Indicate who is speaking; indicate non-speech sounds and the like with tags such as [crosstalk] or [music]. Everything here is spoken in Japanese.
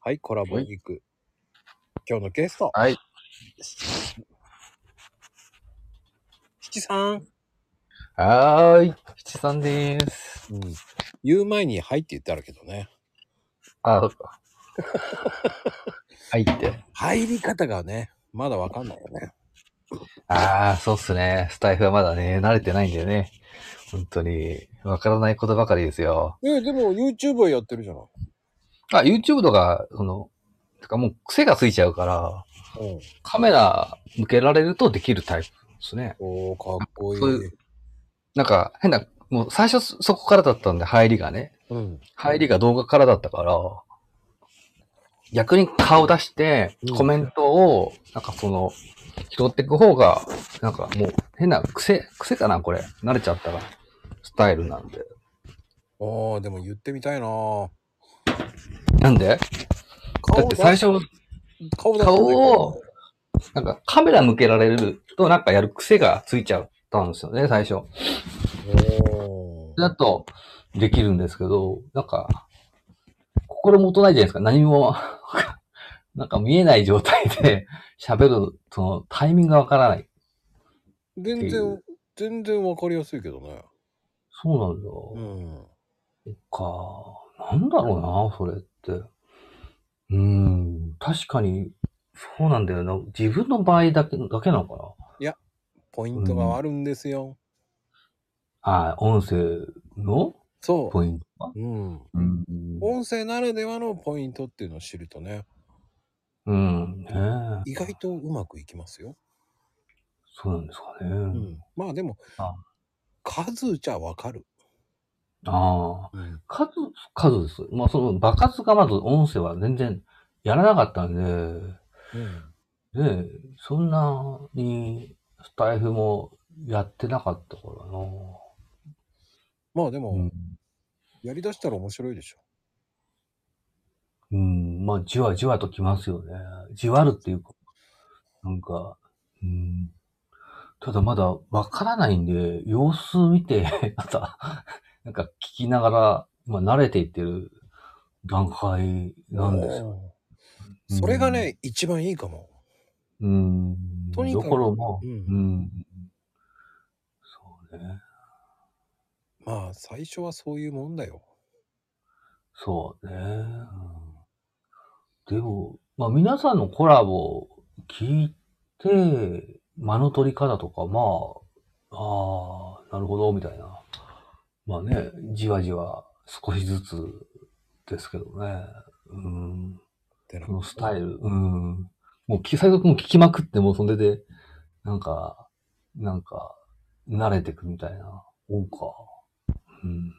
Speaker 1: はい、コラボウィーク。今日のゲスト、
Speaker 2: はい。
Speaker 1: 七三。
Speaker 2: はーい。七さんでーす。
Speaker 1: うん。言う前に、はいって言ってあるけどね。
Speaker 2: あ、そっか。はいって。
Speaker 1: 入り方がね、まだわかんないよね。
Speaker 2: ああ、そうっすね。スタイフはまだね、慣れてないんだよね。本当に、わからないことばかりですよ。
Speaker 1: え、でも YouTuber やってるじゃない。
Speaker 2: あ、YouTube とか、その、てかもう癖がついちゃうから、
Speaker 1: うん。
Speaker 2: カメラ向けられるとできるタイプですね。
Speaker 1: おー、かっこい
Speaker 2: そう
Speaker 1: い
Speaker 2: い。なんか、変な、もう最初そそこからだったんで、入りがね。
Speaker 1: うん。
Speaker 2: 入りが動画からだったから、逆に顔出して
Speaker 1: うん、
Speaker 2: コメントを、なんかその、拾っていく方が、なんかもう変な癖、癖かな、これ。慣れちゃったら、スタイルなんで。
Speaker 1: おー、でも言ってみたいなぁ
Speaker 2: なんでだって最、初、
Speaker 1: 顔出
Speaker 2: 顔を、なんかカメラ向けられると、なんかやる癖がついちゃったんですよね、最初。
Speaker 1: おー。
Speaker 2: だと、できるんですけど、なんか、心もとないじゃないですか。何も、 [laughs] なんか見えない状態で喋る、そのタイミングがわからない。
Speaker 1: 全然、全然わかりやすいけどね。
Speaker 2: そうなんだ。
Speaker 1: うん。
Speaker 2: そっか。なんだろうな、それって。うーん、確かに、そうなんだよな。自分の場合だけ、だけなのかな。
Speaker 1: ポイントがあるんですよ。
Speaker 2: あー音声の
Speaker 1: そ
Speaker 2: ポイントか
Speaker 1: う。うん。
Speaker 2: うん。
Speaker 1: 音声ならではのポイントっていうのを知るとね、
Speaker 2: うん、ねえ
Speaker 1: 意外とうまくいきますよ。
Speaker 2: そうなんですかね。
Speaker 1: うん、まあでも
Speaker 2: あ、
Speaker 1: 数じゃわかる。
Speaker 2: ああ。数、数です。まあ、その、爆発がまず音声は全然やらなかったん
Speaker 1: うん
Speaker 2: で、で、そんなにスタイフもやってなかったからな。
Speaker 1: まあでも、
Speaker 2: うん。
Speaker 1: やりだしたら面白いでしょ。
Speaker 2: うん、まあ、じわじわときますよね。じわるっていうか、なんか、うん。ただまだわからないんで、様子見て、 [laughs] また、なんか聞きながら、まあ、慣れていってる段階なんですよ。
Speaker 1: よ。それがね、一番いいかも。
Speaker 2: うん。
Speaker 1: とにかく
Speaker 2: どころも、
Speaker 1: う
Speaker 2: うんん。そうね。
Speaker 1: まあ最初はそういうもんだよ。
Speaker 2: そうね。でも、まあ皆さんのコラボを聞いて、間の取り方とか、まあ、ああ、なるほど、みたいな。まあね、じわじわ少しずつですけどね。うん。
Speaker 1: ってな
Speaker 2: そのスタイル。うん。もうき、最初もう聞きまくって、もうそれで、なんか、なんか、慣れてくみたいな。そうか。うん。